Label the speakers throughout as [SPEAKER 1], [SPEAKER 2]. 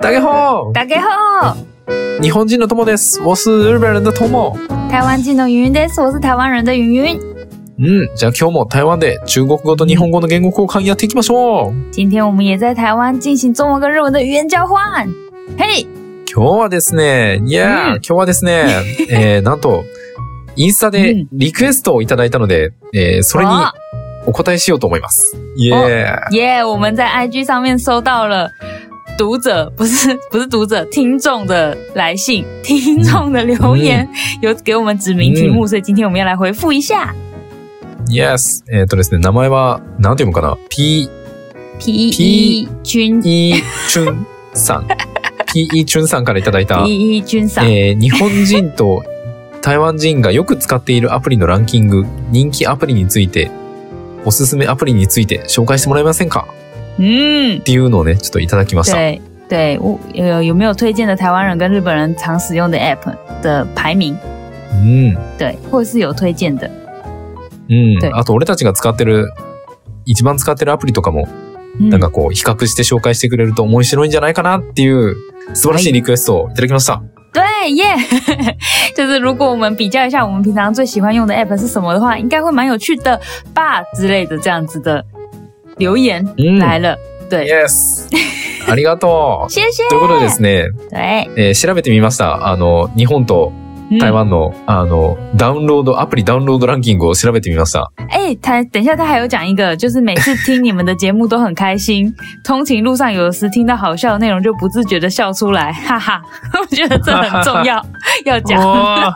[SPEAKER 1] 大家好，
[SPEAKER 2] 大家好，
[SPEAKER 1] 日本人的友です。我是日本人的友。
[SPEAKER 2] 台湾技能云云です。我是台湾人的云云。
[SPEAKER 1] 嗯，じゃあ今日も台湾で中国語と日本語の言語交換やっていきましょう。
[SPEAKER 2] 今天我们也在台湾进行中文跟日文的语言交换。嘿、
[SPEAKER 1] 今日はですね、いやー、
[SPEAKER 2] う
[SPEAKER 1] 今
[SPEAKER 2] ん
[SPEAKER 1] 日はですね、 えー、なんと、インスタ
[SPEAKER 2] う
[SPEAKER 1] で
[SPEAKER 2] ん
[SPEAKER 1] リクエストをいただいたので、えー、それに
[SPEAKER 2] あ
[SPEAKER 1] お答えしようと思います。イエー
[SPEAKER 2] 哦耶我们在 IG 上面收到了读者，不是不是读者，听众的来信，听众的留言，有给我们指明题目，所以今天我们要来回复一下。
[SPEAKER 1] イエスえっ、とですね、名前は、なんて読むかな ?P、
[SPEAKER 2] P
[SPEAKER 1] P-
[SPEAKER 2] E 君
[SPEAKER 1] E、チュンさ ん。P、E、チュンさんからいただいた、
[SPEAKER 2] P E 君さん，
[SPEAKER 1] えー日本人と台湾人がよく使っているアプリのランキング、人気アプリについて、おすすめアプリについて紹介してもらえませんか
[SPEAKER 2] 嗯
[SPEAKER 1] っ，ていうのをね、ちょっといただきました。
[SPEAKER 2] 对对，我呃有没有推荐的台湾人跟日本人常使用的 App 的排名？
[SPEAKER 1] うん。
[SPEAKER 2] 对，或者是有推荐的。
[SPEAKER 1] うん
[SPEAKER 2] 对。
[SPEAKER 1] あと、俺たちが使ってる、一番使ってるアプリとかも、
[SPEAKER 2] 嗯
[SPEAKER 1] なんかこう、比較して紹介してくれると面白いんじゃないかなっていう、素晴らしいリクエストをいただきました。
[SPEAKER 2] 对耶 就是如果我们比较一下我们平常最喜欢用的 app 是什么的话，应该会蛮有趣的吧之类的这样子的留言
[SPEAKER 1] うん。
[SPEAKER 2] 来了。对，
[SPEAKER 1] Yes! ありがと
[SPEAKER 2] 谢谢
[SPEAKER 1] う。。ということでですね、
[SPEAKER 2] 对，
[SPEAKER 1] えー調べてみました。あの、日本と
[SPEAKER 2] 嗯
[SPEAKER 1] 台湾の、あの、ダウンロード、アプリダウンロードランキングを調べてみました。
[SPEAKER 2] 哎、他等一下他还有讲一个，就是每次听你们的节目都很开心， 通勤路上有时听到好笑的内容就不自觉的笑出来，哈哈， 我觉得这很重要，要
[SPEAKER 1] おー
[SPEAKER 2] 讲。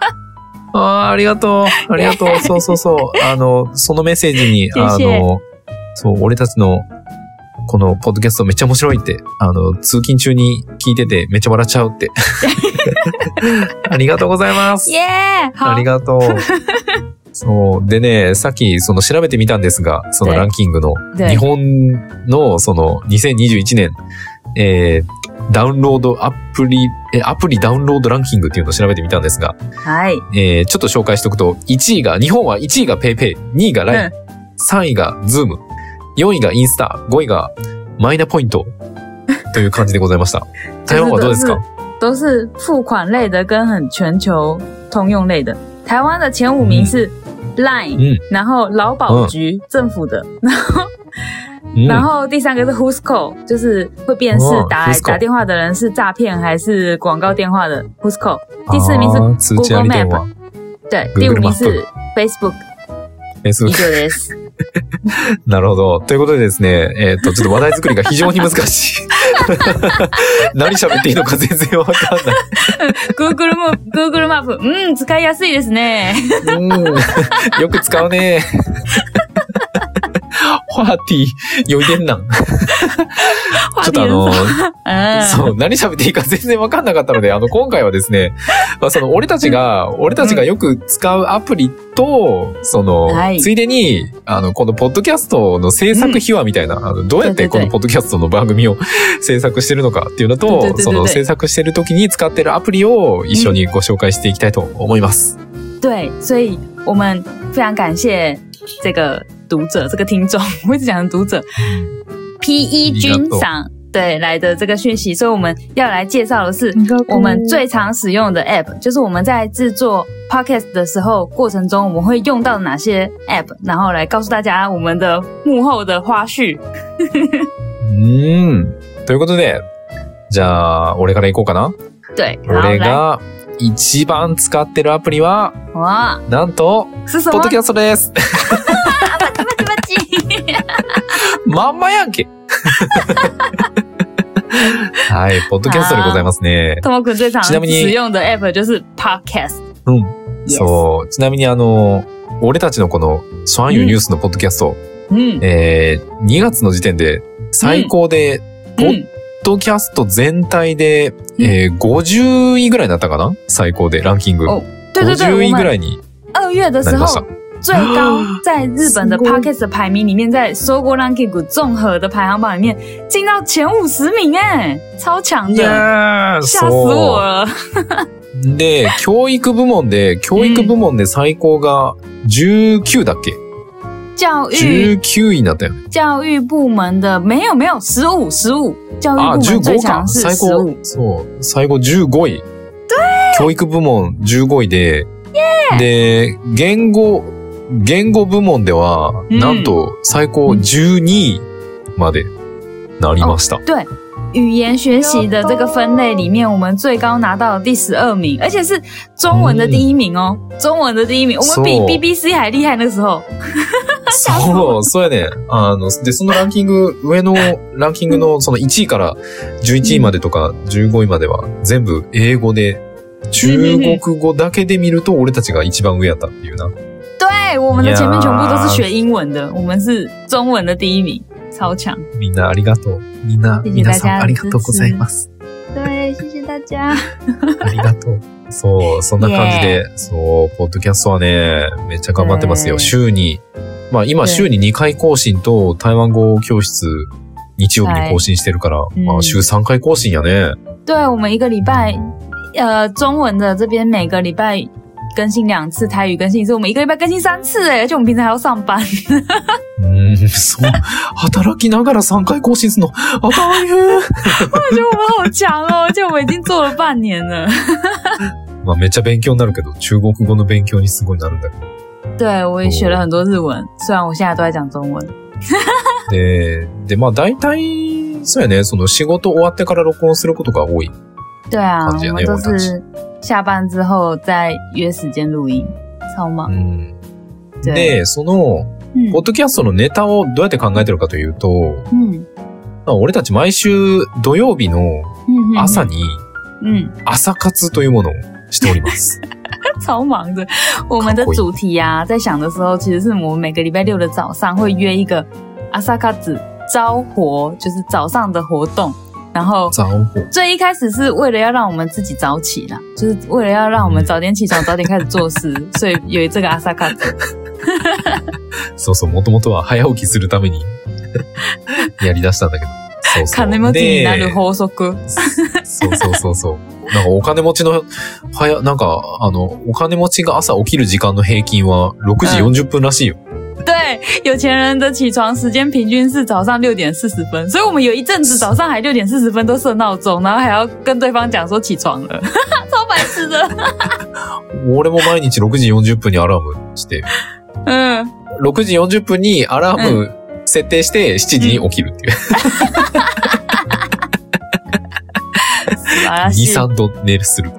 [SPEAKER 1] あーありがとう。ありがと う。そうそうそう。あの、そのメッセージに、
[SPEAKER 2] 先
[SPEAKER 1] あ
[SPEAKER 2] 生
[SPEAKER 1] の、そう、俺たちの、このポッドキャストめっちゃ面白いって、あの、通勤中に聞いててめっちゃ笑っちゃう って。ありがとうございます。
[SPEAKER 2] 耶、好
[SPEAKER 1] あり，が とう。そう。でね、さっき、その調べてみたんですが、その
[SPEAKER 2] はい
[SPEAKER 1] ランキングの、
[SPEAKER 2] はい
[SPEAKER 1] 日本の、その、2021年、えーダウンロードアプリ、え、アプリダウンロードランキングっていうのを調べてみたんですが、
[SPEAKER 2] 嗨，
[SPEAKER 1] えーちょっと紹介しておくと、1位が、日本は1位が PayPay、2位が LINE、3位が Zoom、4位がインスタ、5位がマイナポイント、という感じでございま した。台湾はどうですか
[SPEAKER 2] 都是付款类的跟很全球通用类的。台湾的前五名是 Line，、
[SPEAKER 1] 嗯
[SPEAKER 2] 然后劳保局、政府的，
[SPEAKER 1] うん
[SPEAKER 2] 然后第三个是 Who's Call，就是会辨识
[SPEAKER 1] 嗯哦
[SPEAKER 2] 打来
[SPEAKER 1] Who's Call
[SPEAKER 2] 打电话的人是诈骗还是广告电话的 Who's Call。第四名是
[SPEAKER 1] あー通知あり電話。
[SPEAKER 2] 对，
[SPEAKER 1] 哦 Google 嗯
[SPEAKER 2] 第五名是 Facebook，
[SPEAKER 1] Facebook
[SPEAKER 2] 一个 S。
[SPEAKER 1] なるほど。ということでですね、えっ、と、ちょっと話題作りが非常に難しい。何喋っていいのか全然わかんない
[SPEAKER 2] Google Map Google Map，嗯，使いやすいで すね。。
[SPEAKER 1] うん。よく使うね。パーティー、よいでんなん。ちょっとあの、
[SPEAKER 2] 嗯，
[SPEAKER 1] そう、何喋っていいか全然わかんなかったので、あの、今回はですね、まあ、その、俺たちが、俺たちがよく使うアプリと、その、
[SPEAKER 2] はい
[SPEAKER 1] ついでに、あの、このポッドキャストの制作秘話みたいな、あのどうやってこのポッドキャストの番組を制作してるのかっていうの
[SPEAKER 2] 对对
[SPEAKER 1] と
[SPEAKER 2] 对、对
[SPEAKER 1] その、
[SPEAKER 2] 对
[SPEAKER 1] 制作してる時に使ってるアプリを一緒にご紹介していきたいと思います。
[SPEAKER 2] 对，所以我们非常感谢这个读者、这个听众， 我一直讲成读者，P E 君赏对来的这个讯息，所以我们要来介绍的是
[SPEAKER 1] 嗯
[SPEAKER 2] 我们最常使用的 App，就是我们在制作 Podcast 的时候过程中，我们会用到哪些 App，然后来告诉大家我们的幕后的花絮。
[SPEAKER 1] うーん。ということで、じゃあ、俺から行こうかな。
[SPEAKER 2] 对，然后
[SPEAKER 1] 俺
[SPEAKER 2] 来
[SPEAKER 1] が一番使ってるアプリは、
[SPEAKER 2] 哇，
[SPEAKER 1] なんと、
[SPEAKER 2] 是什
[SPEAKER 1] ポ
[SPEAKER 2] 么
[SPEAKER 1] ッ？ドキャスト です。
[SPEAKER 2] 对不 起
[SPEAKER 1] まんまやんけ。はい、ポッドキャストでございますね。
[SPEAKER 2] トモ君最常
[SPEAKER 1] ちなみに
[SPEAKER 2] 使用的 App 就是 Podcast。
[SPEAKER 1] うん。
[SPEAKER 2] Yes
[SPEAKER 1] そう。ちなみにあの、俺たちのこの、ソアンユニュースのポッドキャスト、
[SPEAKER 2] 嗯
[SPEAKER 1] えー、2月の時点で、最高で、ポッ
[SPEAKER 2] 嗯。
[SPEAKER 1] ドキャスト全体で、
[SPEAKER 2] うん
[SPEAKER 1] えー、50位ぐらいになったかな最高で、ランキング。
[SPEAKER 2] お对对对，
[SPEAKER 1] 50
[SPEAKER 2] 我
[SPEAKER 1] 位ぐら
[SPEAKER 2] 们
[SPEAKER 1] いに
[SPEAKER 2] 二月的
[SPEAKER 1] な
[SPEAKER 2] 时
[SPEAKER 1] りました
[SPEAKER 2] 候。最高在日本的 Podcast 的排名里面，在 Sogo Ranking 综合的排行榜里面进到前五十名，哎，超强的，
[SPEAKER 1] やー
[SPEAKER 2] 吓死
[SPEAKER 1] そ
[SPEAKER 2] 我了！
[SPEAKER 1] う。で、教育部門で、教育部門で最高が19だっけ
[SPEAKER 2] 教育
[SPEAKER 1] 19位になったよね。
[SPEAKER 2] 教育部門的没有没有十五十五教育
[SPEAKER 1] あ、
[SPEAKER 2] 部门最
[SPEAKER 1] 15
[SPEAKER 2] 强
[SPEAKER 1] か。
[SPEAKER 2] 是
[SPEAKER 1] 最
[SPEAKER 2] 十五
[SPEAKER 1] 後、そう、最後15位。教育部門15位で、で、言語、言語部門では、
[SPEAKER 2] うん
[SPEAKER 1] なんと最高12位までなりました。
[SPEAKER 2] 语言学习的这个分类里面，我们最高拿到了第十二名，而且是中文的第一名哦，中文的第一名，我们比
[SPEAKER 1] そう
[SPEAKER 2] BBC 还厉害。那时候，
[SPEAKER 1] そう、そうやね。あの、で、そのランキング、上のランキングのその1位から11位までとか15位までは全部英語で、中国語だけで見ると俺たちが一番上やったっていうな。
[SPEAKER 2] 对，我们的前面
[SPEAKER 1] 呀
[SPEAKER 2] 全部都是学英文的，我们是中文的第一名，超强。
[SPEAKER 1] みんなありがとう。みんな、
[SPEAKER 2] 谢谢
[SPEAKER 1] 皆さん
[SPEAKER 2] 大家
[SPEAKER 1] ありがとうございます。
[SPEAKER 2] 对，谢谢大家。
[SPEAKER 1] ありがとう。そう、そんな感じで、そう、ポッドキャストはね、めっちゃ頑張ってますよ。
[SPEAKER 2] ね
[SPEAKER 1] 週に、まあ今
[SPEAKER 2] ね
[SPEAKER 1] 週に2回更新と台湾語教室、日曜日に更新してるから、
[SPEAKER 2] い
[SPEAKER 1] ま
[SPEAKER 2] う
[SPEAKER 1] あ
[SPEAKER 2] ん
[SPEAKER 1] 週3回更新やね。
[SPEAKER 2] 对我们一个礼拜，呃，中文的这边每个礼拜更新两次，台语更新一次，我们一个礼拜更新三次，哎，而且我们平常还要上班。
[SPEAKER 1] うん、そう。働きながら3回更新するの、あ、大変。
[SPEAKER 2] 我觉得我们好强哦，而且我们已经做了半年了。
[SPEAKER 1] まあめっちゃ勉強になるけど、中国語の勉强にすごいなるんだけど。
[SPEAKER 2] 对，我也学了很多日文，虽然我现在都在讲中文。
[SPEAKER 1] で、で、まあ大体、そうやね、その仕事終わってから録音することが多い。
[SPEAKER 2] 对啊，
[SPEAKER 1] 好姐
[SPEAKER 2] 我们都
[SPEAKER 1] 那我也
[SPEAKER 2] 是下班之后再约时间录音，超忙
[SPEAKER 1] う。ん。
[SPEAKER 2] 对
[SPEAKER 1] で、その、
[SPEAKER 2] 嗯
[SPEAKER 1] ポッドキャストのネタをどうやって考えてるかというと、
[SPEAKER 2] 嗯
[SPEAKER 1] まあ俺たち毎週土曜日の
[SPEAKER 2] 嗯嗯
[SPEAKER 1] 朝に
[SPEAKER 2] 嗯，
[SPEAKER 1] 朝活というものをしており ます。
[SPEAKER 2] 超忙的。我们的主题啊，在想的时候，其实是我们每个礼拜六的早上会约一个阿萨卡子招活，就是早上的活动，然后。
[SPEAKER 1] ザオホ。
[SPEAKER 2] 最一开始是为了要让我们自己早起啦，就是为了要让我们早点起床，早点开始做事， 所以有这个阿萨卡子。
[SPEAKER 1] そうそう、もともとは早起きするために やり出したんだけど。そうそう。
[SPEAKER 2] 金持ちになる
[SPEAKER 1] で
[SPEAKER 2] 法則。
[SPEAKER 1] そうそうそうそう。なんかお金持ちの、はや、なんか、あの、お金持ちが朝起きる時間の平均は6時40分らしいよ。
[SPEAKER 2] 对，有钱人的起床时间平均是早上六点四十分，所以我们有一阵子早上还六点四十分都设闹钟，然后还要跟对方讲说起床了， 超白痴的。
[SPEAKER 1] 俺も毎日6時40分にアラームして、
[SPEAKER 2] 嗯，
[SPEAKER 1] 6時40分にアラーム設定して7時に起きるっていう。
[SPEAKER 2] 是吧？
[SPEAKER 1] 2、3度寝るする。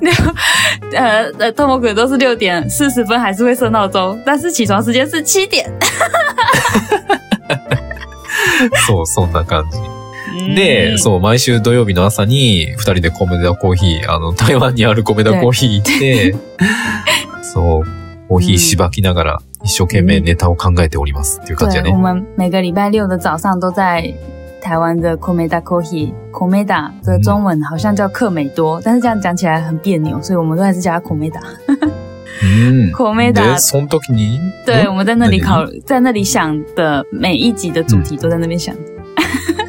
[SPEAKER 2] 六呃呃，特摩鬼都是六点四十分还是会设闹钟，但是起床时间是七点。
[SPEAKER 1] そう、そんな感じ。
[SPEAKER 2] 嗯
[SPEAKER 1] で、そう、毎週土曜日の朝に、二人でコメダコーヒー、あの、台湾にあるコメダコーヒー行って、 そう、コーヒーしばきながら、一生懸命ネタを考えておりますっていう感じや
[SPEAKER 2] 对，我
[SPEAKER 1] ね。
[SPEAKER 2] 们每个礼拜六的早上都在台湾的 Komeda Kohi。Komeda 的中文好像叫克美多，但是这样讲起来很别扭，所以我们都还是叫它 Komeda。
[SPEAKER 1] うん。
[SPEAKER 2] Komeda
[SPEAKER 1] で、その時に、
[SPEAKER 2] 嗯对，我们在那
[SPEAKER 1] 那
[SPEAKER 2] 里
[SPEAKER 1] 你
[SPEAKER 2] 考，在那里想的每一集的主题都在那边想、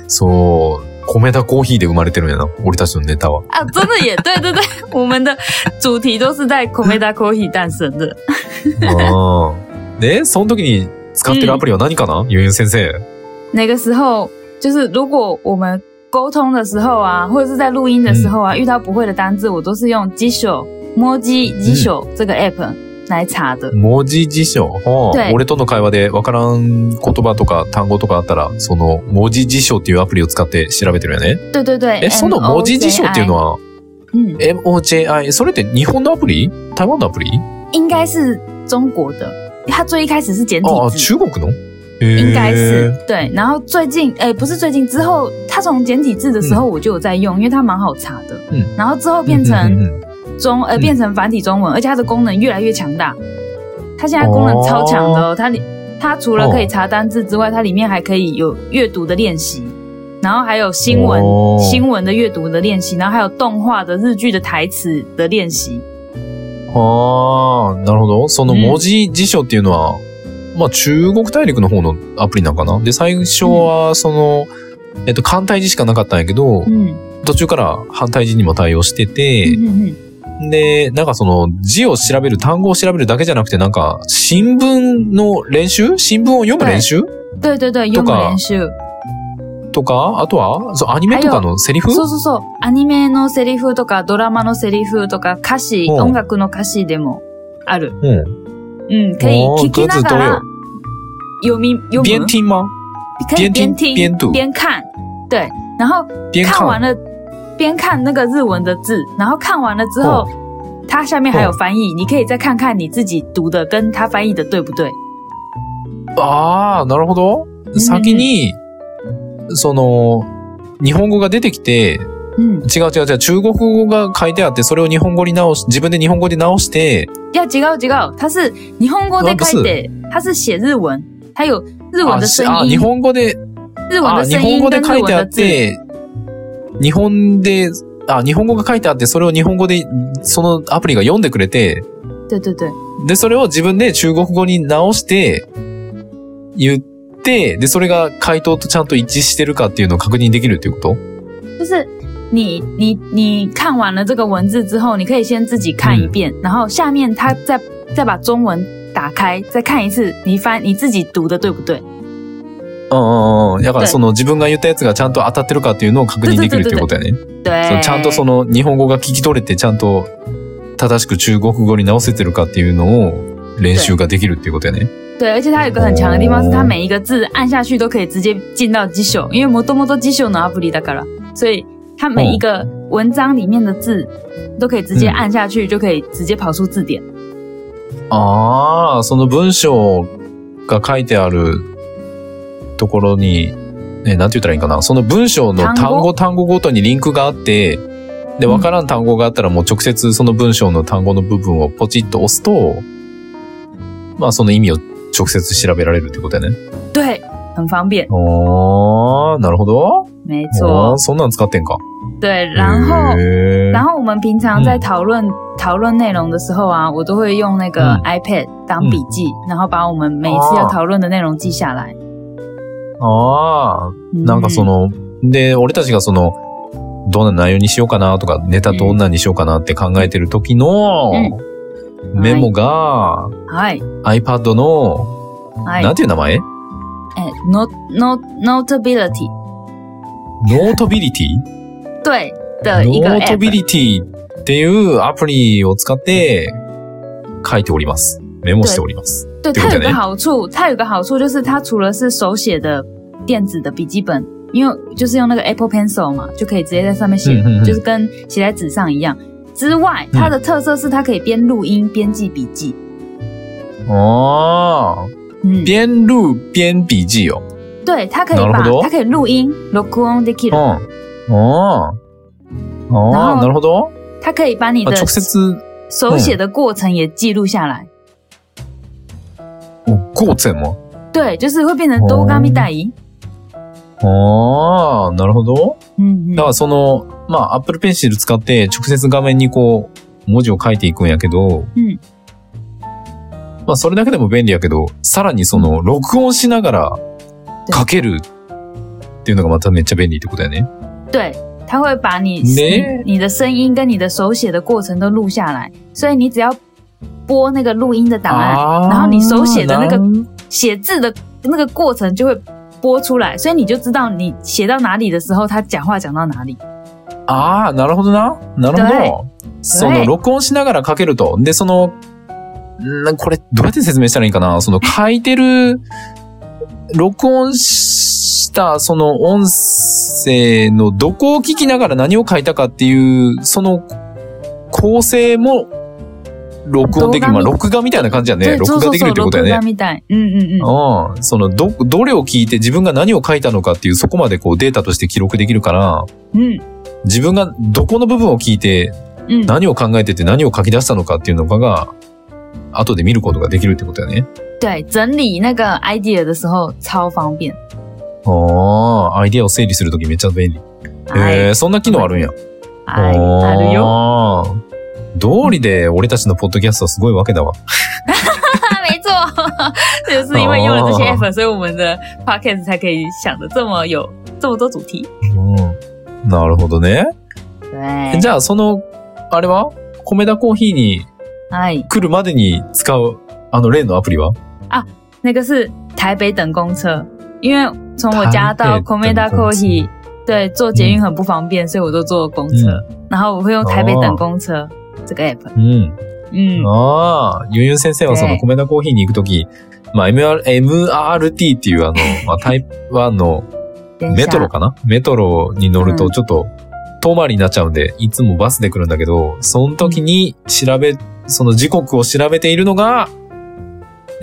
[SPEAKER 1] そう、コメダコーヒーで生まれてるんやな、俺たちのネタ は。
[SPEAKER 2] 啊，真的也对对对，我们的主题都是在 Komeda Kohi 诞生的。
[SPEAKER 1] あーで、その時に使ってるアプリは何かな、ゆうゆう先生。
[SPEAKER 2] 那个时候就是如果我们沟通的时候啊，或者是在录音的时候啊，遇到不会的单字，我都是用 g i s h o m o j i g i s h o 这个 app 来查的。
[SPEAKER 1] 文字辞書。は
[SPEAKER 2] 对
[SPEAKER 1] あ、俺との会話で分からん言葉とか単語とかあったら、その文字辞書っていうアプリを使って調べてるよね。
[SPEAKER 2] 对对对，
[SPEAKER 1] え、その文字辞書っていうの
[SPEAKER 2] は，
[SPEAKER 1] は、
[SPEAKER 2] 嗯，
[SPEAKER 1] MOJI、それって日本のアプリ台湾のアプリ
[SPEAKER 2] 应该是中国的，它最一开始是简体
[SPEAKER 1] ああ、
[SPEAKER 2] 字。
[SPEAKER 1] 中国の
[SPEAKER 2] 应该是
[SPEAKER 1] へ
[SPEAKER 2] 对。然后最近，哎、不是最近，之后它从简体字的时候我就有在用，因为它蛮好查的。
[SPEAKER 1] 嗯，
[SPEAKER 2] 然后之
[SPEAKER 1] ー
[SPEAKER 2] 后变
[SPEAKER 1] うん
[SPEAKER 2] 成
[SPEAKER 1] うんうん
[SPEAKER 2] 中，呃，
[SPEAKER 1] 嗯
[SPEAKER 2] 变成繁体中文，而且它的功能越来越强大。它现在功能超强的哦，它里它除了可
[SPEAKER 1] 哦
[SPEAKER 2] 以查单字之外，它里面还可以有阅读的练习，然后还有新闻、
[SPEAKER 1] 哦
[SPEAKER 2] 新闻的阅读的练习，然后还有动画的日剧的台词的练习。
[SPEAKER 1] ああ、なるほど。その文字辞書っていうのは、まあ中国大陸の方のアプリなんかなで、最初はその、えっと、簡体字しかなかったんやけど、
[SPEAKER 2] 嗯
[SPEAKER 1] 途中から反対字にも対応してて、
[SPEAKER 2] 嗯嗯嗯，
[SPEAKER 1] で、なんかその字を調べる、単語を調べるだけじゃなくて、なんか新聞の練習新聞を読む練習
[SPEAKER 2] 对对对，
[SPEAKER 1] と
[SPEAKER 2] 読
[SPEAKER 1] か
[SPEAKER 2] む練
[SPEAKER 1] 嗯
[SPEAKER 2] 習。
[SPEAKER 1] とか、あとは、そう、アニメとかのセリフ
[SPEAKER 2] そうそうそう。アニメのセリフとか、ドラマのセリフとか、歌詞、
[SPEAKER 1] うん
[SPEAKER 2] 音楽の歌詞でもある。
[SPEAKER 1] うん。
[SPEAKER 2] うん、可以
[SPEAKER 1] 哦
[SPEAKER 2] 聞きな
[SPEAKER 1] 各自
[SPEAKER 2] が
[SPEAKER 1] 都
[SPEAKER 2] ら
[SPEAKER 1] 有
[SPEAKER 2] 読み読
[SPEAKER 1] 边
[SPEAKER 2] む，
[SPEAKER 1] 听吗
[SPEAKER 2] 可以边
[SPEAKER 1] 边听边读
[SPEAKER 2] 边看，对，然后
[SPEAKER 1] 边
[SPEAKER 2] 看
[SPEAKER 1] 看
[SPEAKER 2] 完了边看那个日文的字，然后看完了之后
[SPEAKER 1] 哦，
[SPEAKER 2] 它下面还有
[SPEAKER 1] 哦
[SPEAKER 2] 翻译，你可以再看看你自己读的跟它翻译的对不对。
[SPEAKER 1] ああ、なるほど。
[SPEAKER 2] ん
[SPEAKER 1] 先に、その、日本語が出てきて、
[SPEAKER 2] 嗯，
[SPEAKER 1] 違う違う違う、中国語が書いてあって、それを日本語に直し、自分で日本語で直して、
[SPEAKER 2] 要違う違う，它是日本語で書いて，
[SPEAKER 1] 哦
[SPEAKER 2] 它是写日文，它有日文
[SPEAKER 1] あ
[SPEAKER 2] 的声
[SPEAKER 1] あ日
[SPEAKER 2] 音，
[SPEAKER 1] 本語で、
[SPEAKER 2] 日文
[SPEAKER 1] あ
[SPEAKER 2] 的
[SPEAKER 1] 日
[SPEAKER 2] 声
[SPEAKER 1] 本
[SPEAKER 2] 音
[SPEAKER 1] 語
[SPEAKER 2] 跟
[SPEAKER 1] 啊で書
[SPEAKER 2] 日
[SPEAKER 1] い
[SPEAKER 2] 文
[SPEAKER 1] てあ
[SPEAKER 2] 的
[SPEAKER 1] っ
[SPEAKER 2] 字，
[SPEAKER 1] て、日本で、あ、日本語が書いてあって、それを日本語で、そのアプリが読んでくれて、
[SPEAKER 2] 对对对，
[SPEAKER 1] で、それを自分で中国語に直して、言って、で、それが回答とちゃんと一致してるかっていうのを確認できるっていうこと
[SPEAKER 2] 就是你你你看完了这个文字之后，你可以先自己看一遍，然后下面他再再把中文打开，再看一次，你翻你自己读的对不对？
[SPEAKER 1] うんうんうん。だから
[SPEAKER 2] 对
[SPEAKER 1] その自分が言ったやつがちゃんと当たってるかっていうのを確認できるっていうことやね。
[SPEAKER 2] 对
[SPEAKER 1] そのちゃんとその日本語が聞き取れてちゃんと正しく中国語に直せてるかっていうのを練習ができるっていうことやね。
[SPEAKER 2] 对，而且它有一个很强的地方是，它每一个字按下去都可以直接进到机秀，因为もともと机秀のアプリだから，所以它每一个文章里面的字都可以直接
[SPEAKER 1] 嗯
[SPEAKER 2] 按下去，就可以直接跑出字典。
[SPEAKER 1] ああ、その文章が書いてあるところに、ね、なんて言ったらいいんかな。その文章の
[SPEAKER 2] 単語
[SPEAKER 1] 単語単語ごとにリンクがあって、で、
[SPEAKER 2] うん
[SPEAKER 1] わからん単語があったらもう直接その文章の単語の部分をポチッと押すと、まあその意味を直接調べられるってことやね。
[SPEAKER 2] 对，很方便，
[SPEAKER 1] ああ、なるほど。
[SPEAKER 2] 没
[SPEAKER 1] あ
[SPEAKER 2] 错
[SPEAKER 1] ー。そんなん使ってんか。
[SPEAKER 2] 对，
[SPEAKER 1] 嗯
[SPEAKER 2] 然后。
[SPEAKER 1] へー
[SPEAKER 2] 然后我们平常在
[SPEAKER 1] 嗯
[SPEAKER 2] 讨论、讨论内容的时候啊，我都会用那个
[SPEAKER 1] 嗯
[SPEAKER 2] iPad 当笔记，然后把我们每一次要讨论的内容记下来。
[SPEAKER 1] 哦ああ、
[SPEAKER 2] 嗯
[SPEAKER 1] なんかその、で、俺たちがその、どんな内容にしようかなとか、ネタどんなにしようかなって考えてる時の
[SPEAKER 2] うん
[SPEAKER 1] メモが
[SPEAKER 2] はい
[SPEAKER 1] iPad の、
[SPEAKER 2] はい
[SPEAKER 1] なんていう名前
[SPEAKER 2] 哎，not not notability
[SPEAKER 1] ノート ビリティ
[SPEAKER 2] 对的一个
[SPEAKER 1] ノート
[SPEAKER 2] app
[SPEAKER 1] ビ。リティっていうアプリを使って書いております。メモしております。
[SPEAKER 2] 对，
[SPEAKER 1] 对哎
[SPEAKER 2] 它有
[SPEAKER 1] 对
[SPEAKER 2] 个好处，它有个好处就是它除了是手写的电子的笔记本，因为就是用那个 Apple Pencil 嘛，就可以直接在上面写，
[SPEAKER 1] 嗯嗯嗯
[SPEAKER 2] 就是跟写在纸上一样。之外，它的特色是它可以边录音边记笔记。
[SPEAKER 1] ああ、
[SPEAKER 2] 嗯，
[SPEAKER 1] 边录边笔记よ。
[SPEAKER 2] 对，它可以
[SPEAKER 1] な
[SPEAKER 2] 把
[SPEAKER 1] るほど
[SPEAKER 2] 它可以录音 r o c o n d e k i
[SPEAKER 1] うん。
[SPEAKER 2] r
[SPEAKER 1] ああ。あ
[SPEAKER 2] 然
[SPEAKER 1] あ、
[SPEAKER 2] 后
[SPEAKER 1] なるほど。
[SPEAKER 2] 它可以把你
[SPEAKER 1] あ
[SPEAKER 2] 的
[SPEAKER 1] 直接、
[SPEAKER 2] 手写的过程也记录下来。
[SPEAKER 1] ゴーツェンも。
[SPEAKER 2] 对，就是会变成多冈密代一。
[SPEAKER 1] ああ、なるほど。
[SPEAKER 2] 嗯
[SPEAKER 1] だからその、まあ、Apple Pencil 使って直接画面にこう、文字を書いていくんやけど、
[SPEAKER 2] うん
[SPEAKER 1] まあ、それだけでも便利やけど、さらにその、録音しながら書けるっていうのがまためっちゃ便利ってことやね。
[SPEAKER 2] 嗯，对，它会把你
[SPEAKER 1] ね
[SPEAKER 2] 你你的声音跟你的手写的过程都录下来，所以你只要播那个录音的档案，
[SPEAKER 1] あー
[SPEAKER 2] 然后你手写的那个
[SPEAKER 1] なん
[SPEAKER 2] 写字的那个过程就会播出来，所以你就知道你写到哪里的时候，他讲话讲到哪里。
[SPEAKER 1] ああ、なるほどな。なるほど。その、録音しながら書けると。で、その、んこれ、どうやって説明したらいいかなその、書いてる、録音した、その音声のどこを聞きながら何を書いたかっていう、その、構成も、録音できる。まあ、
[SPEAKER 2] 動画み
[SPEAKER 1] 録画みたいな感じやね。
[SPEAKER 2] 对，
[SPEAKER 1] 録画できるってことや
[SPEAKER 2] 録画
[SPEAKER 1] ね。
[SPEAKER 2] みたい。嗯嗯嗯，
[SPEAKER 1] うん。その、ど、どれを聞いて自分が何を書いたのかっていう、そこまでこうデータとして記録できるから、
[SPEAKER 2] 嗯
[SPEAKER 1] 自分がどこの部分を聞いて、
[SPEAKER 2] 嗯，
[SPEAKER 1] 何を考えてて何を書き出したのかっていうのかが、後で見ることができるってことだね。
[SPEAKER 2] 对，整理那个 idea 的时候超方便。
[SPEAKER 1] ああ、アイディアを整理するときめっちゃ便利。へえー、そんな機能あるんや。
[SPEAKER 2] 哎，あるよ。
[SPEAKER 1] あー道理で俺たちのポッドキャストはすごいわけだわ。
[SPEAKER 2] 没错，这就是因为用了这些
[SPEAKER 1] 哦
[SPEAKER 2] app，所以我们的 podcast 才可以想的这么有这么多主题。
[SPEAKER 1] うん。なるほどね。
[SPEAKER 2] 对
[SPEAKER 1] じ，ゃあ、その、あれは米田コーヒーに
[SPEAKER 2] 哎，
[SPEAKER 1] 来るまでに使う、あの例のアプリは
[SPEAKER 2] 那个是台北等公车，因为从我家到
[SPEAKER 1] 台北
[SPEAKER 2] c
[SPEAKER 1] 等
[SPEAKER 2] o m e d a
[SPEAKER 1] 公车
[SPEAKER 2] Kohi，对，坐捷运很不方便，所以我都坐公车，然后我会用台北等公车这个 app。
[SPEAKER 1] うん。
[SPEAKER 2] 嗯，
[SPEAKER 1] ああ、ゆんゆん先生はその
[SPEAKER 2] ね
[SPEAKER 1] 米田コーヒーに行くとき、まあ、MR MRT っていうあの、 まあ、台湾の
[SPEAKER 2] 等一
[SPEAKER 1] メトロか
[SPEAKER 2] 下，
[SPEAKER 1] なメトロに乗る
[SPEAKER 2] う
[SPEAKER 1] と
[SPEAKER 2] ん
[SPEAKER 1] ちょっと遠回りになっちゃうんで、いつもバスで来るんだけど、その時に調べ、その時刻を調べているのが、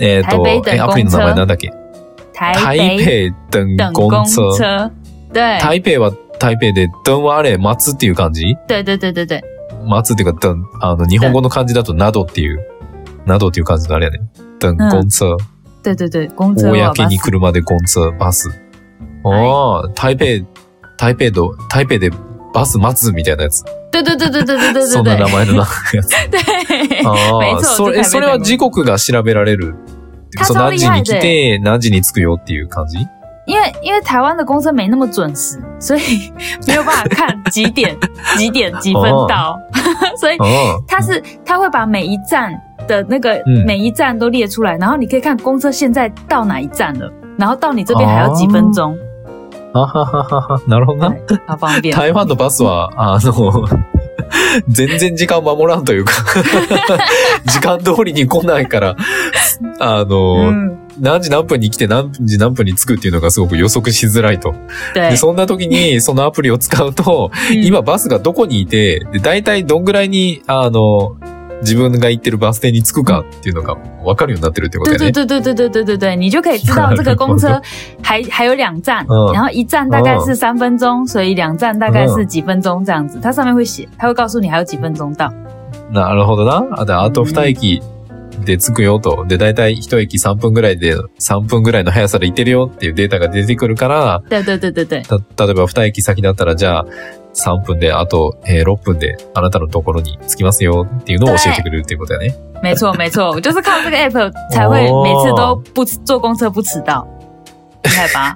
[SPEAKER 1] えっ、
[SPEAKER 2] 台北
[SPEAKER 1] と、
[SPEAKER 2] 等
[SPEAKER 1] えアプリの名前なんだっけ
[SPEAKER 2] 台北
[SPEAKER 1] 台北等
[SPEAKER 2] 等
[SPEAKER 1] 公
[SPEAKER 2] 公
[SPEAKER 1] 车。
[SPEAKER 2] 车，对，
[SPEAKER 1] 台北は台北で、等はあれ、待つっていう感じ
[SPEAKER 2] 对对对对对，
[SPEAKER 1] 待つっていうか、等、あの、日本語の漢字だと、などっていう、などっていう感じのあれやね。等公車。
[SPEAKER 2] 对对对，公车我
[SPEAKER 1] 公に来るまで公車、バス。ああ、台北、台北ど、台北でバス待つみたいなやつ。
[SPEAKER 2] 对对对对对对对
[SPEAKER 1] そ
[SPEAKER 2] 对
[SPEAKER 1] んな
[SPEAKER 2] 对
[SPEAKER 1] 名前 のなやつ。
[SPEAKER 2] 对，
[SPEAKER 1] ああ、
[SPEAKER 2] 没错
[SPEAKER 1] それ、
[SPEAKER 2] 这台北
[SPEAKER 1] それは時刻が調べられる。
[SPEAKER 2] 他
[SPEAKER 1] そう
[SPEAKER 2] 超
[SPEAKER 1] 何
[SPEAKER 2] 厉
[SPEAKER 1] 時
[SPEAKER 2] 害
[SPEAKER 1] に
[SPEAKER 2] 的
[SPEAKER 1] 来て、何時に着くよっていう感じ
[SPEAKER 2] 因为因为台湾的公车没那么准时，所以没有办法看几点几点几分到，所以
[SPEAKER 1] ああ。
[SPEAKER 2] 它是它会把每一站的那个
[SPEAKER 1] 嗯
[SPEAKER 2] 每一站都列出来，然后你可以看公车现在到哪一站了，然后到你这边还有几分钟，
[SPEAKER 1] あはははは。なるほどな。
[SPEAKER 2] 对好方便。
[SPEAKER 1] 台湾のバスは、あの、 全然時間守らんというか、時間通りに来ないから、あの、
[SPEAKER 2] 嗯，
[SPEAKER 1] 何時何分に来て何時何分に着くっていうのがすごく予測しづらいと。
[SPEAKER 2] 对
[SPEAKER 1] で、，そんな時にそのアプリを使うと、
[SPEAKER 2] 嗯
[SPEAKER 1] 今バスがどこにいて、で大体どんぐらいに、あの、自分が行ってるバス停に着くかっていうのが分かるようになってるってこと
[SPEAKER 2] 对
[SPEAKER 1] だよね。
[SPEAKER 2] 对对对对对对对对，你就可以知道这个
[SPEAKER 1] 那
[SPEAKER 2] 公车还还有两站，
[SPEAKER 1] 嗯
[SPEAKER 2] 然后一站大概是三分钟，所以两站大概是几分钟这样子，它上面会写，它会告诉你还有几分钟到。
[SPEAKER 1] なるほどな。あであと二駅で着くよと。で、だいたい一駅3分ぐらいで、3分ぐらいの速さで行ってるよっていうデータが出てくるから、
[SPEAKER 2] 对对对对对，
[SPEAKER 1] た、例えば二駅先だったら、じゃあ、3分で、あと、えー6分で、あなたのところに着きますよっていうのを教えてくれるっていうことだね。
[SPEAKER 2] 没错没错，我就是靠这个 app 才会
[SPEAKER 1] 哦
[SPEAKER 2] 每次都不坐公车不迟到，厉害吧？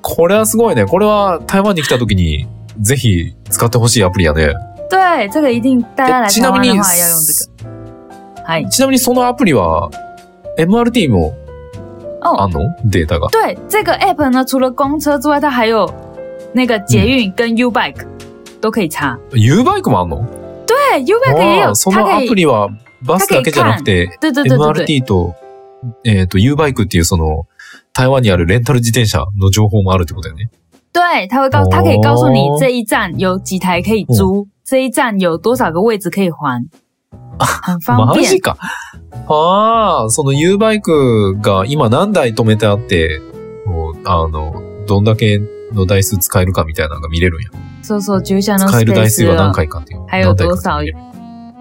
[SPEAKER 1] これはすごいね。これは台湾に来た時に、ぜひ使ってほしいアプリやね。
[SPEAKER 2] 对，这个一定大家来
[SPEAKER 1] えちな
[SPEAKER 2] 台湾
[SPEAKER 1] み
[SPEAKER 2] 的
[SPEAKER 1] に、
[SPEAKER 2] 话要用这个。嗨，
[SPEAKER 1] ちなみにそのアプリは、MRT もあ
[SPEAKER 2] 哦
[SPEAKER 1] ん，のデータが。
[SPEAKER 2] 对，这个 app 呢，除了公车之外，它还有那个捷运跟 U Bike 都可以查。
[SPEAKER 1] U バイクもあんの
[SPEAKER 2] 对，U Bike 也
[SPEAKER 1] あ
[SPEAKER 2] 有
[SPEAKER 1] ー，そ
[SPEAKER 2] 它
[SPEAKER 1] のア
[SPEAKER 2] 可
[SPEAKER 1] プリ
[SPEAKER 2] 以。
[SPEAKER 1] はバスだけじゃなくて、
[SPEAKER 2] 对对对对对，
[SPEAKER 1] MRT と、えっ、と、U バイクっていうその、台湾にあるレンタル自転車の情報もあるってことだよね。
[SPEAKER 2] 对，它会告，它可以告诉你这一站有几台可以租，这一站有多少个位置可以还，很方
[SPEAKER 1] マ
[SPEAKER 2] 便
[SPEAKER 1] ジ。か。ああ、その U バイクが今何台止めてあって、もうあの、どんだけの台数使えるかみたいなのが見れるんや。
[SPEAKER 2] 搜索就像那
[SPEAKER 1] 使える台数
[SPEAKER 2] space
[SPEAKER 1] は何
[SPEAKER 2] 了，
[SPEAKER 1] 回かっていう。
[SPEAKER 2] 还有
[SPEAKER 1] 何台か
[SPEAKER 2] 多
[SPEAKER 1] っていうのが見れ
[SPEAKER 2] 少
[SPEAKER 1] る？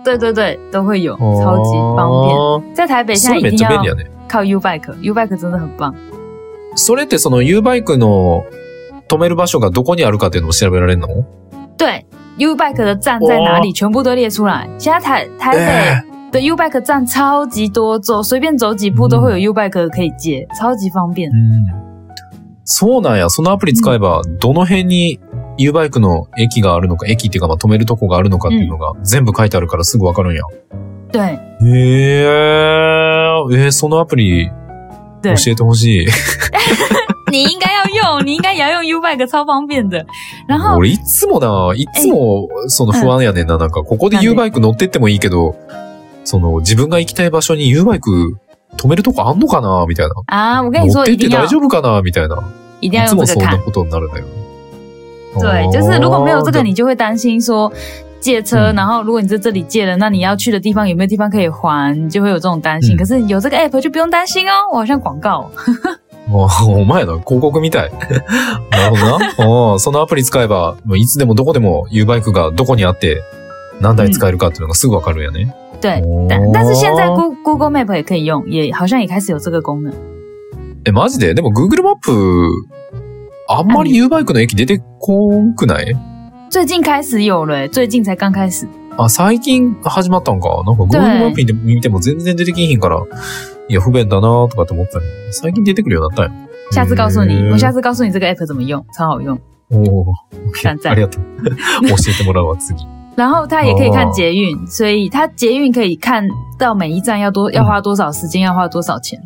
[SPEAKER 2] 对对对，都会有，超级方便。
[SPEAKER 1] 便。
[SPEAKER 2] 在台北现
[SPEAKER 1] そ
[SPEAKER 2] 在
[SPEAKER 1] れめっ
[SPEAKER 2] 一定
[SPEAKER 1] ちゃ便
[SPEAKER 2] 要
[SPEAKER 1] 利やね。
[SPEAKER 2] 靠 U Bike，U Bike 真的很棒。
[SPEAKER 1] それってその U バイクの止める場所がどこにあるかっていうのを調べられるの
[SPEAKER 2] 对，U Bike 的站在哪里，全部都列出来。现在台台
[SPEAKER 1] え
[SPEAKER 2] 北的 U Bike 站超级多，走随便走几步都会有 U Bike 可以接，超级方便
[SPEAKER 1] う。んそうなんや。そのアプリ使えば、どの辺に U バイクの駅があるのか、駅っていうか、まあ、止めるとこがあるのかっていうのが全部書いてあるからすぐわかるんや。
[SPEAKER 2] 对
[SPEAKER 1] へえー、えーそのアプリ
[SPEAKER 2] 对
[SPEAKER 1] 教，えてほしい。
[SPEAKER 2] 你应该要 用，你应该也要用 U Bike，超方便的。然后
[SPEAKER 1] 俺いつもな、いつもその不安やねんな。なんか、ここで
[SPEAKER 2] なんで
[SPEAKER 1] U バイク乗ってってもいいけど、その自分が行きたい場所に U バイク止めるとこあんのかなみたいな。
[SPEAKER 2] 啊，我跟你
[SPEAKER 1] 乗っ
[SPEAKER 2] 说，
[SPEAKER 1] て
[SPEAKER 2] 一
[SPEAKER 1] って
[SPEAKER 2] 定要
[SPEAKER 1] 大丈夫かなみたいな。
[SPEAKER 2] 一定
[SPEAKER 1] い
[SPEAKER 2] 要
[SPEAKER 1] つ
[SPEAKER 2] 用
[SPEAKER 1] も
[SPEAKER 2] 这
[SPEAKER 1] そ
[SPEAKER 2] 个
[SPEAKER 1] んな
[SPEAKER 2] 看。
[SPEAKER 1] ことになるんだよ。哦
[SPEAKER 2] 对，就是如果没有这
[SPEAKER 1] あ
[SPEAKER 2] 个，
[SPEAKER 1] ー
[SPEAKER 2] 你就会担心说借车，
[SPEAKER 1] 嗯
[SPEAKER 2] 然后如果你在这里借了，那你要去的地方有没有地方可以还，你就会有这种担
[SPEAKER 1] 嗯
[SPEAKER 2] 心。可是有这个 app 就不用担心哦。我好像广告哦，
[SPEAKER 1] おお前ら広告みたい。なるほどな。おそのアプリ使えば、もういつでもどこでも U バイクがどこにあって何台使えるかっていうのがすぐわかるんやね。
[SPEAKER 2] 对。
[SPEAKER 1] おー
[SPEAKER 2] 但但是现在 Go Google Map 也可以用，也好像也开始有这个功能。
[SPEAKER 1] え、マジででも Google マップ、あんまり U バイクの駅出てこんくない
[SPEAKER 2] 最近开始有了、欸最近才刚开始。
[SPEAKER 1] あ、最近始まったんか。なんか Google マップ見て見ても全然出てきひんから、いや、不便だなとかって思ったんや最近出てくるようになったんや。
[SPEAKER 2] 下次告诉
[SPEAKER 1] へ
[SPEAKER 2] 你，
[SPEAKER 1] ー
[SPEAKER 2] 我下次告诉你这个 app 怎么用，超好用，
[SPEAKER 1] おー
[SPEAKER 2] 赞
[SPEAKER 1] あ
[SPEAKER 2] 赞
[SPEAKER 1] り。がとう。教えてもらうわ、次。
[SPEAKER 2] 然后它也可以看捷运，所以它捷运可以看到每一站要多要花多少时间，要花多少钱。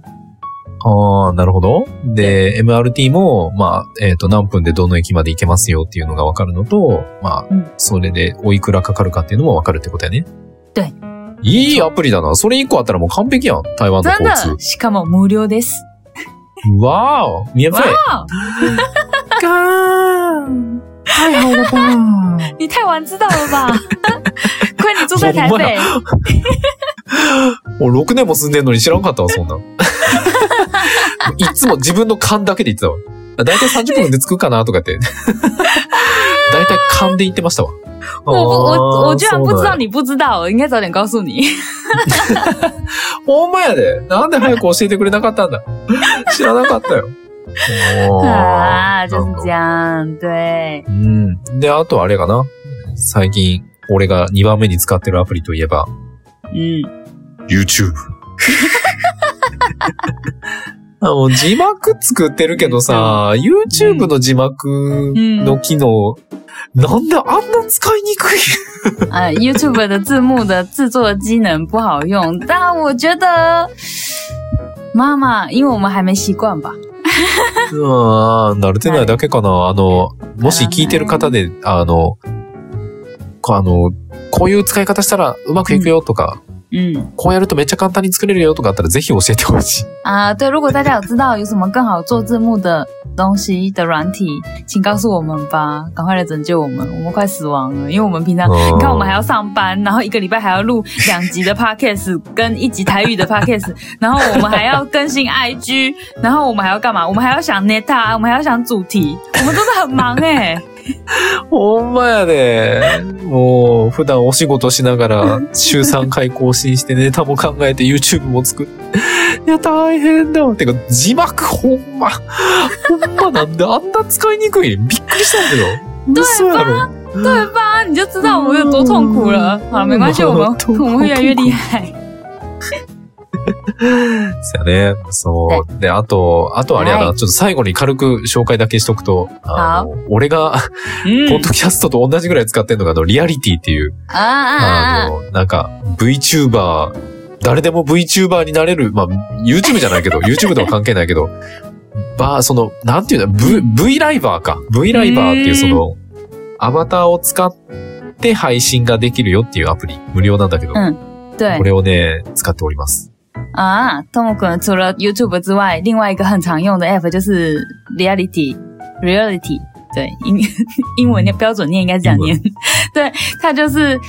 [SPEAKER 1] ああ、なるほど。で、MRT も、まあ、えっ、と、何分でどの駅まで行けますよっていうのがわかるのと、まあ、
[SPEAKER 2] うん
[SPEAKER 1] それでおいくらかかるかっていうのもわかるってことやね。
[SPEAKER 2] 对。
[SPEAKER 1] いいアプリだな。それ一個あったらもう完璧やん。台湾の
[SPEAKER 2] 真
[SPEAKER 1] 交
[SPEAKER 2] 的，
[SPEAKER 1] 通。
[SPEAKER 2] しかも無料です。
[SPEAKER 1] わーお免
[SPEAKER 2] 哇
[SPEAKER 1] 费
[SPEAKER 2] 哦，
[SPEAKER 1] か太好了吧
[SPEAKER 2] 你太晚知道了吧？亏你住在台
[SPEAKER 1] 我不会
[SPEAKER 2] 北，
[SPEAKER 1] もう6年も住んでんのに知らんかったわ、そん なん。いつも自分の勘だけで言ってたわ。だいたい30分で着くかなとか って。だいたい勘で言ってましたわ。
[SPEAKER 2] 我不
[SPEAKER 1] 哦
[SPEAKER 2] 我我居然不知道
[SPEAKER 1] あー。
[SPEAKER 2] 你不知道，我应该早点告诉你。
[SPEAKER 1] そうなんやほんまやで。なんで早く教えてくれなかったんだ。知らなかった よ。おー哦
[SPEAKER 2] 啊，就是
[SPEAKER 1] なる
[SPEAKER 2] 这。样，对
[SPEAKER 1] ほ。どうん。で、あとあれかな。最近、俺が2番目に使ってるアプリといえば、
[SPEAKER 2] 嗯，
[SPEAKER 1] YouTube。あの、字幕作ってるけどさ、YouTube の字幕の機能、なんであんな使いにくい
[SPEAKER 2] 啊 y o u t u b e 的字幕的制作机能不好用，但我觉得妈妈，因为我们还没习惯吧。
[SPEAKER 1] うーん、慣れてないだけかな。あの、もし聞いてる方で、あの、こうあの、こういう使い方したらうまくいくよとか、
[SPEAKER 2] 嗯
[SPEAKER 1] こうやるとめっちゃ簡単に作れるよとかあったらぜひ教えてほしい。
[SPEAKER 2] 啊，对，如果大家有知道有什么更好做字幕的东西的软体，请告诉我们吧，赶快来拯救我们，我们快死亡了，因为我们平常。你
[SPEAKER 1] 哦
[SPEAKER 2] 看，我们还要上班，然后一个礼拜还要录两集的 podcast 跟一集台语的 podcast，然后我们还要更新 IG，然后我们还要干嘛？我们还要想 neta，我们还要想主题，我们真的很忙哎、
[SPEAKER 1] ほんまや で。もう、普段お仕事しながら、週3回更新して ネタも考えて YouTube も作る。いや、大変だわ。てか、字幕ほんま、ほんまなんであんな使いにくいびっくりしたんだけど。嘘やろ。
[SPEAKER 2] 对吧？你就知道我们有多痛苦了。好了，没关系，我们
[SPEAKER 1] 痛苦
[SPEAKER 2] 我们会越来越厉害。
[SPEAKER 1] そうやね。そう。で、あと、あとあれやな。ち
[SPEAKER 2] は
[SPEAKER 1] ょっと最後に軽く紹介だけしとくと、あの俺が、ポッ
[SPEAKER 2] 嗯
[SPEAKER 1] ドキャストと同じぐらい使ってんのが、あの、リアリティっていう、
[SPEAKER 2] 啊啊
[SPEAKER 1] あ
[SPEAKER 2] 啊！
[SPEAKER 1] の、なんか、VTuber、誰でも VTuber になれる、まあ、YouTube じゃないけど、YouTube とは関係ないけど、ば、その、なんていうの、V、V ライバーか。V ライバーっていうう、
[SPEAKER 2] ん
[SPEAKER 1] その、アバターを使って配信ができるよっていうアプリ。無料なんだけど、
[SPEAKER 2] うん对
[SPEAKER 1] これをね、使っております。
[SPEAKER 2] 啊，动物可能除了 YouTube 之外，另外一个很常用的 app 就是 Reality Reality。对，英 英文念标准念应该是这样念。 对，它就是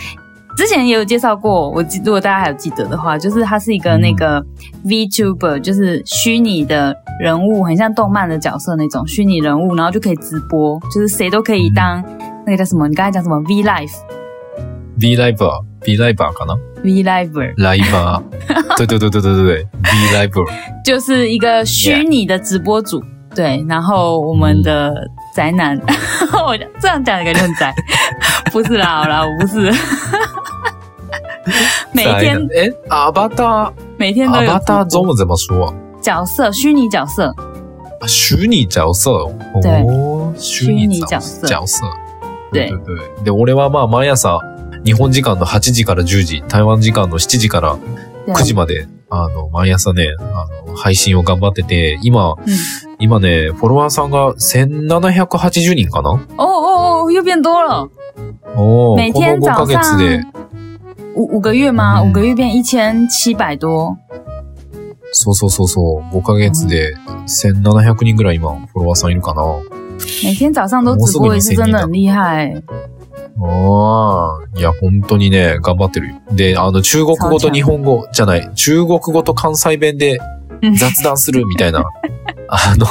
[SPEAKER 2] 之前也有介绍过，我记如果大家还有记得的话，就是它是一个那个 VTuber，就是虚拟的人物，很像动漫的角色那种虚拟人物，然后就可以直播，就是谁都可以当那个叫什么？你刚才讲什么 V Life
[SPEAKER 1] V ライバー。V ライバーかな
[SPEAKER 2] V Liver？
[SPEAKER 1] ライバー。对对对对对对对。V ライバー。
[SPEAKER 2] 就是一个虚拟的直播主。对，然后我们的宅男， 我这样讲的感觉很宅， 不是啦，好啦，我不是， 每天
[SPEAKER 1] え、アバタ
[SPEAKER 2] 每
[SPEAKER 1] ー、
[SPEAKER 2] 天都
[SPEAKER 1] ア
[SPEAKER 2] 有
[SPEAKER 1] バターゾー
[SPEAKER 2] 直播
[SPEAKER 1] ン怎么说啊
[SPEAKER 2] 角色，虚拟角色，
[SPEAKER 1] 啊虚拟角色哦，
[SPEAKER 2] 对
[SPEAKER 1] 哦虚拟角
[SPEAKER 2] 虚拟角
[SPEAKER 1] 角色，
[SPEAKER 2] 对
[SPEAKER 1] 对对。で、俺はまあ毎朝、日本時間の8時から10時、台湾時間の7時から
[SPEAKER 2] 对啊
[SPEAKER 1] 9時まで、あの、毎朝ね、あの、配信を頑張ってて、今、今ね、フォロワーさんが1780人かな
[SPEAKER 2] 哦哦哦，又变多了，
[SPEAKER 1] おー
[SPEAKER 2] 每
[SPEAKER 1] こ
[SPEAKER 2] 天
[SPEAKER 1] の5
[SPEAKER 2] 早
[SPEAKER 1] ヶ月
[SPEAKER 2] 上
[SPEAKER 1] で、
[SPEAKER 2] 五五个月吗？
[SPEAKER 1] 嗯
[SPEAKER 2] 五个月变一千七百多，
[SPEAKER 1] そうそうそうそう、5ヶ月で1700人ぐらい今、フォロワーさんいるかな
[SPEAKER 2] 每天早上都直播也是真的很厉害，
[SPEAKER 1] ああ、いや、本当にね、頑張ってるよ。で、あの、中国語と日本語じゃない、中国語と関西弁で
[SPEAKER 2] うん
[SPEAKER 1] 雑談するみたいな、あの、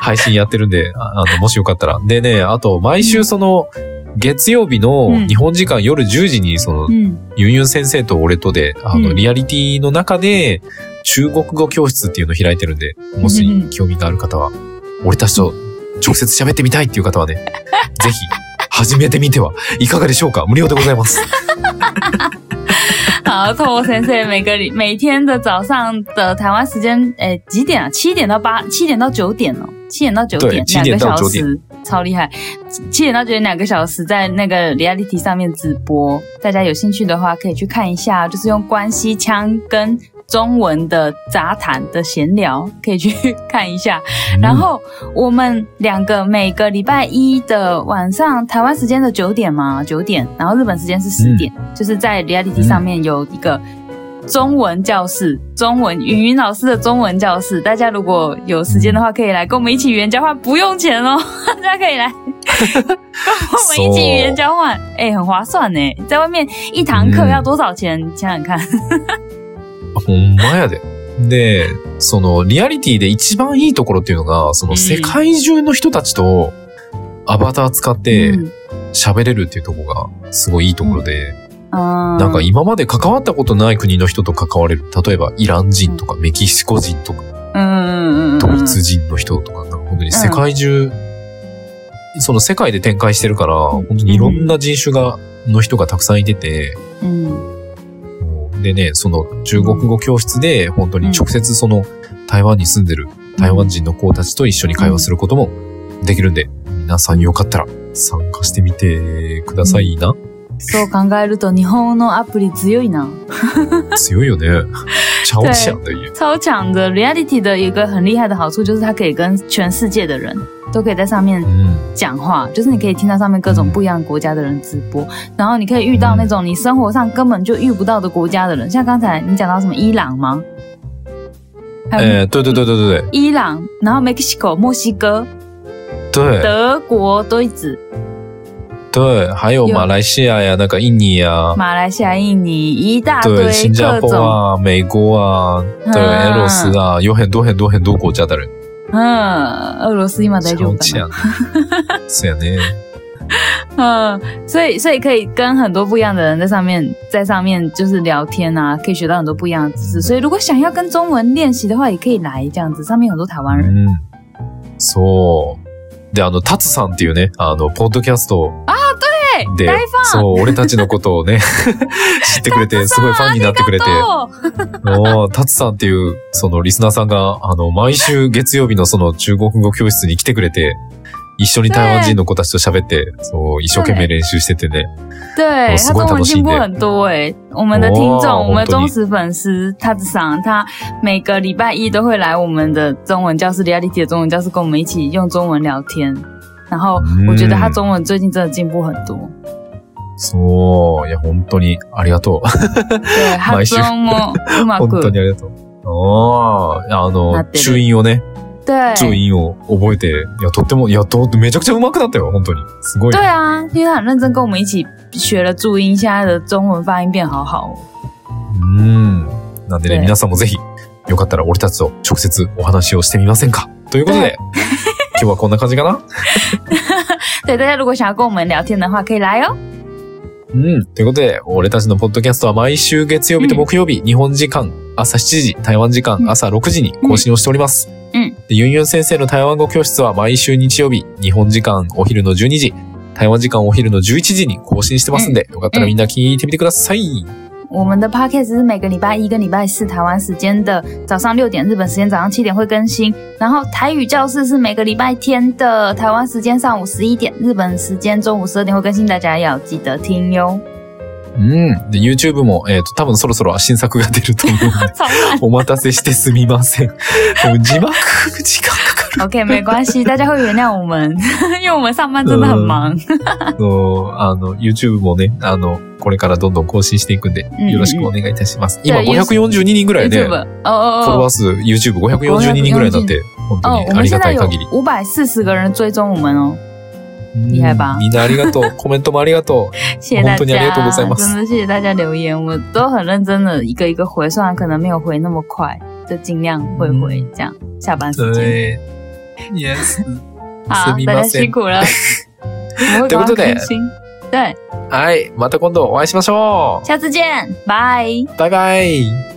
[SPEAKER 1] 配信やってるんで、ああの、もしよかったら。でね、あと、毎週その、月曜日
[SPEAKER 2] う
[SPEAKER 1] の
[SPEAKER 2] ん
[SPEAKER 1] 日本時間夜10時に、その、
[SPEAKER 2] 嗯，
[SPEAKER 1] ユンユン先生と俺とで、あ
[SPEAKER 2] う
[SPEAKER 1] の、
[SPEAKER 2] ん
[SPEAKER 1] リアリティの中で、中国語教室っていうのを開いてるんで、も
[SPEAKER 2] うんうん
[SPEAKER 1] し興味がある方は、俺たちと直接喋ってみたいっていう方は ね、ぜひ、始めてみてはいかがでしょうか無料でござい ます。
[SPEAKER 2] 好，透过先生每个礼每天的早上的台湾时间，诶，几点啊？七点到八，七点到九点哦，七点到九
[SPEAKER 1] 对
[SPEAKER 2] 点，
[SPEAKER 1] 7
[SPEAKER 2] 两个
[SPEAKER 1] 点到
[SPEAKER 2] 小
[SPEAKER 1] 9
[SPEAKER 2] 时。超厉害，七点到九点两个小时在那个 reality 上面直播，大家有兴趣的话可以去看一下，就是用关西腔跟中文的杂谈的闲聊，可以去 看一下。
[SPEAKER 1] 嗯
[SPEAKER 2] 然后我们两个每个礼拜一的晚上，台湾时间的九点嘛，九点，然后日本时间是十点，
[SPEAKER 1] 嗯
[SPEAKER 2] 就是在 reality 上面有一个中文教室，中文云云老师的中文教室，大家如果有时间的话，可以来跟我们一起语言交换，不用钱哦， 大家可以 来跟我们一起语言交换，哎、很划算呢，在外面一堂课
[SPEAKER 1] 嗯
[SPEAKER 2] 要多少钱？你想想看，
[SPEAKER 1] ほんまやで。で、そのリアリティで一番いいところっていうのが、そ
[SPEAKER 2] うん
[SPEAKER 1] の世界中の人たちとアバター使って
[SPEAKER 2] 嗯
[SPEAKER 1] 喋れるっていうところがすごいいいところで、
[SPEAKER 2] 嗯
[SPEAKER 1] なんか今まで関わったことない国の人と関われる。例えばイラン人とかメキシコ人とか
[SPEAKER 2] 嗯嗯嗯嗯
[SPEAKER 1] ドイツ人の人とか、なんか本当に世界中、その世界で展開してるから、本当にいろんな人種が、の人がたくさんいてて、
[SPEAKER 2] 嗯
[SPEAKER 1] でね、その中国語教室で本当に直接その台湾に住んでる台湾人の子たちと一緒に会話することもできるんで、皆さんよかったら参加してみてくださいな。
[SPEAKER 2] そう考えると日本のアプリ強いな。
[SPEAKER 1] 強い よね。チャオチアンという。
[SPEAKER 2] 超强的 Reality 的一个很厉害的好处就是它可以跟全世界的人都可以在上面
[SPEAKER 1] うん。
[SPEAKER 2] 讲话，就是你可以听到上面各种不一样国家的人直播，然后你可以遇到那种你生活上根本就遇不到的国家的人，像刚才你讲到什么伊朗吗？还有
[SPEAKER 1] えー、对对对对对
[SPEAKER 2] 伊朗，然后 Mexico 墨西哥、
[SPEAKER 1] 对对
[SPEAKER 2] 德国、德意志、
[SPEAKER 1] 对，还有马来西亚呀，那个印尼呀，
[SPEAKER 2] 马来西亚、印尼，一大堆嗯
[SPEAKER 1] 对，新加
[SPEAKER 2] 各
[SPEAKER 1] 坡
[SPEAKER 2] 种，
[SPEAKER 1] 啊，美国啊，对，俄罗斯啊，有很多很多很多国家的人。
[SPEAKER 2] 嗯，俄罗斯今在
[SPEAKER 1] チ
[SPEAKER 2] 日
[SPEAKER 1] ャオ
[SPEAKER 2] 本。
[SPEAKER 1] チアン。そうやね。
[SPEAKER 2] 嗯，所以所以可以跟很多不一样的人在上面，在上面就是聊天啊，可以学到很多不一样的知识。所以如果想要跟中文练习的话，也可以来这样子，上面有很多台湾人。
[SPEAKER 1] うん。そう。で、あの、タツさんっていうね、あの、ポッドキャストで
[SPEAKER 2] 对，大家，
[SPEAKER 1] そう、俺たちのことをね、知ってくれて、すごいファンになってくれて、
[SPEAKER 2] 哦，
[SPEAKER 1] もうタツさんっていう、その、リスナーさんが、あの、毎週月曜日のその、中国語教室に来てくれて、一緒に台湾人の子たちと喋って、そう、一生懸命練習しててね。
[SPEAKER 2] 对
[SPEAKER 1] 我
[SPEAKER 2] 他
[SPEAKER 1] 是
[SPEAKER 2] 中
[SPEAKER 1] 观察
[SPEAKER 2] 文
[SPEAKER 1] 到
[SPEAKER 2] 进
[SPEAKER 1] 新
[SPEAKER 2] 步
[SPEAKER 1] 的
[SPEAKER 2] 很多哎、我们的听
[SPEAKER 1] 哇
[SPEAKER 2] 众，我们的
[SPEAKER 1] 本当
[SPEAKER 2] 忠
[SPEAKER 1] に
[SPEAKER 2] 实粉丝他子赏，他每个礼拜一都会来我们的中文教室 reality 的中文教室，跟我们一起用中文聊天。然后我觉得他
[SPEAKER 1] 嗯
[SPEAKER 2] 中文最近真的进步很多。
[SPEAKER 1] そう、いや、本当にありがとう。
[SPEAKER 2] 对，他
[SPEAKER 1] 毎週
[SPEAKER 2] 中 文うま
[SPEAKER 1] 本当
[SPEAKER 2] く
[SPEAKER 1] にありがとう。ああ、あ
[SPEAKER 2] なっ
[SPEAKER 1] の、
[SPEAKER 2] てる
[SPEAKER 1] 注音をね、
[SPEAKER 2] 对。
[SPEAKER 1] 注音を覚えて、いや、とっても、いや、と、めちゃくちゃ上手くなったよ、本当に。すごい。
[SPEAKER 2] 对啊，因为他很认真跟我们一起学了注音，现在的中文发音变好好哦。
[SPEAKER 1] うん。なんで
[SPEAKER 2] ね
[SPEAKER 1] ね、皆さんもぜひ、よかったら俺たちと直接お話をしてみませんかということ
[SPEAKER 2] ね
[SPEAKER 1] で、今日はこんな感じかな
[SPEAKER 2] 对，大家如果想要跟我们聊天的话，可以来哦。
[SPEAKER 1] うん。ということで、俺たちのポッドキャストは毎週月曜日と木曜日、日本時間朝7時、台湾時
[SPEAKER 2] うん
[SPEAKER 1] 間朝6時に更新をしております。
[SPEAKER 2] うん
[SPEAKER 1] で、ユンユン先生の台湾語教室は毎週日曜日、日本時間お昼の12時、台湾時間お昼の11時に更新してますんで、よかったらみんな聞いてみてください。
[SPEAKER 2] 我们的 podcast 是每个礼拜一跟礼拜四台湾时间的早上六点，日本时间早上七点会更新。然后台语教室是每个礼拜天的台湾时间上午十一点，日本时间中午十二点会更新，大家要记得听哟。
[SPEAKER 1] うん。で、YouTube も、えっ、と、多分そろそろ新作が出ると思うんで、
[SPEAKER 2] 超慢。
[SPEAKER 1] お待たせしてすみません。もう字幕、時間かか
[SPEAKER 2] OK，没关系，大家会原谅我们， 因为我们上班真的很忙。
[SPEAKER 1] るの。あの、YouTube もね、あの、これからどんどん更新していくんで、
[SPEAKER 2] うん
[SPEAKER 1] よろしくお願いいたします。今、
[SPEAKER 2] じゃあ
[SPEAKER 1] 542人ぐらい ね、フ
[SPEAKER 2] YouTube 哦哦
[SPEAKER 1] ォロ
[SPEAKER 2] 哦
[SPEAKER 1] ワー。数、YouTube542 人ぐらいになって、本当
[SPEAKER 2] 哦，
[SPEAKER 1] に
[SPEAKER 2] 我
[SPEAKER 1] あ
[SPEAKER 2] 们
[SPEAKER 1] り
[SPEAKER 2] 现
[SPEAKER 1] がた
[SPEAKER 2] 在
[SPEAKER 1] い
[SPEAKER 2] 有
[SPEAKER 1] 限り。
[SPEAKER 2] 五百四十个人追踪我们哦，厉害吧
[SPEAKER 1] うんみんなありがとう。 コメントもありが とう。
[SPEAKER 2] 谢谢大
[SPEAKER 1] 本当にありがとうござい
[SPEAKER 2] 家，
[SPEAKER 1] ます
[SPEAKER 2] 真的谢谢大家留言，我都很认真的一个一个回，虽然可能没有回那么快，就尽量会回这样。下班时间，
[SPEAKER 1] 对。Yes.
[SPEAKER 2] 好
[SPEAKER 1] す，み
[SPEAKER 2] 大
[SPEAKER 1] ま
[SPEAKER 2] 家
[SPEAKER 1] せん
[SPEAKER 2] 辛苦了， 我们会
[SPEAKER 1] 对
[SPEAKER 2] 赶
[SPEAKER 1] 不
[SPEAKER 2] 快
[SPEAKER 1] 对
[SPEAKER 2] 更新。对，
[SPEAKER 1] はい。また今度お会いしましょ
[SPEAKER 2] 下次见，拜。
[SPEAKER 1] う。バイバイ。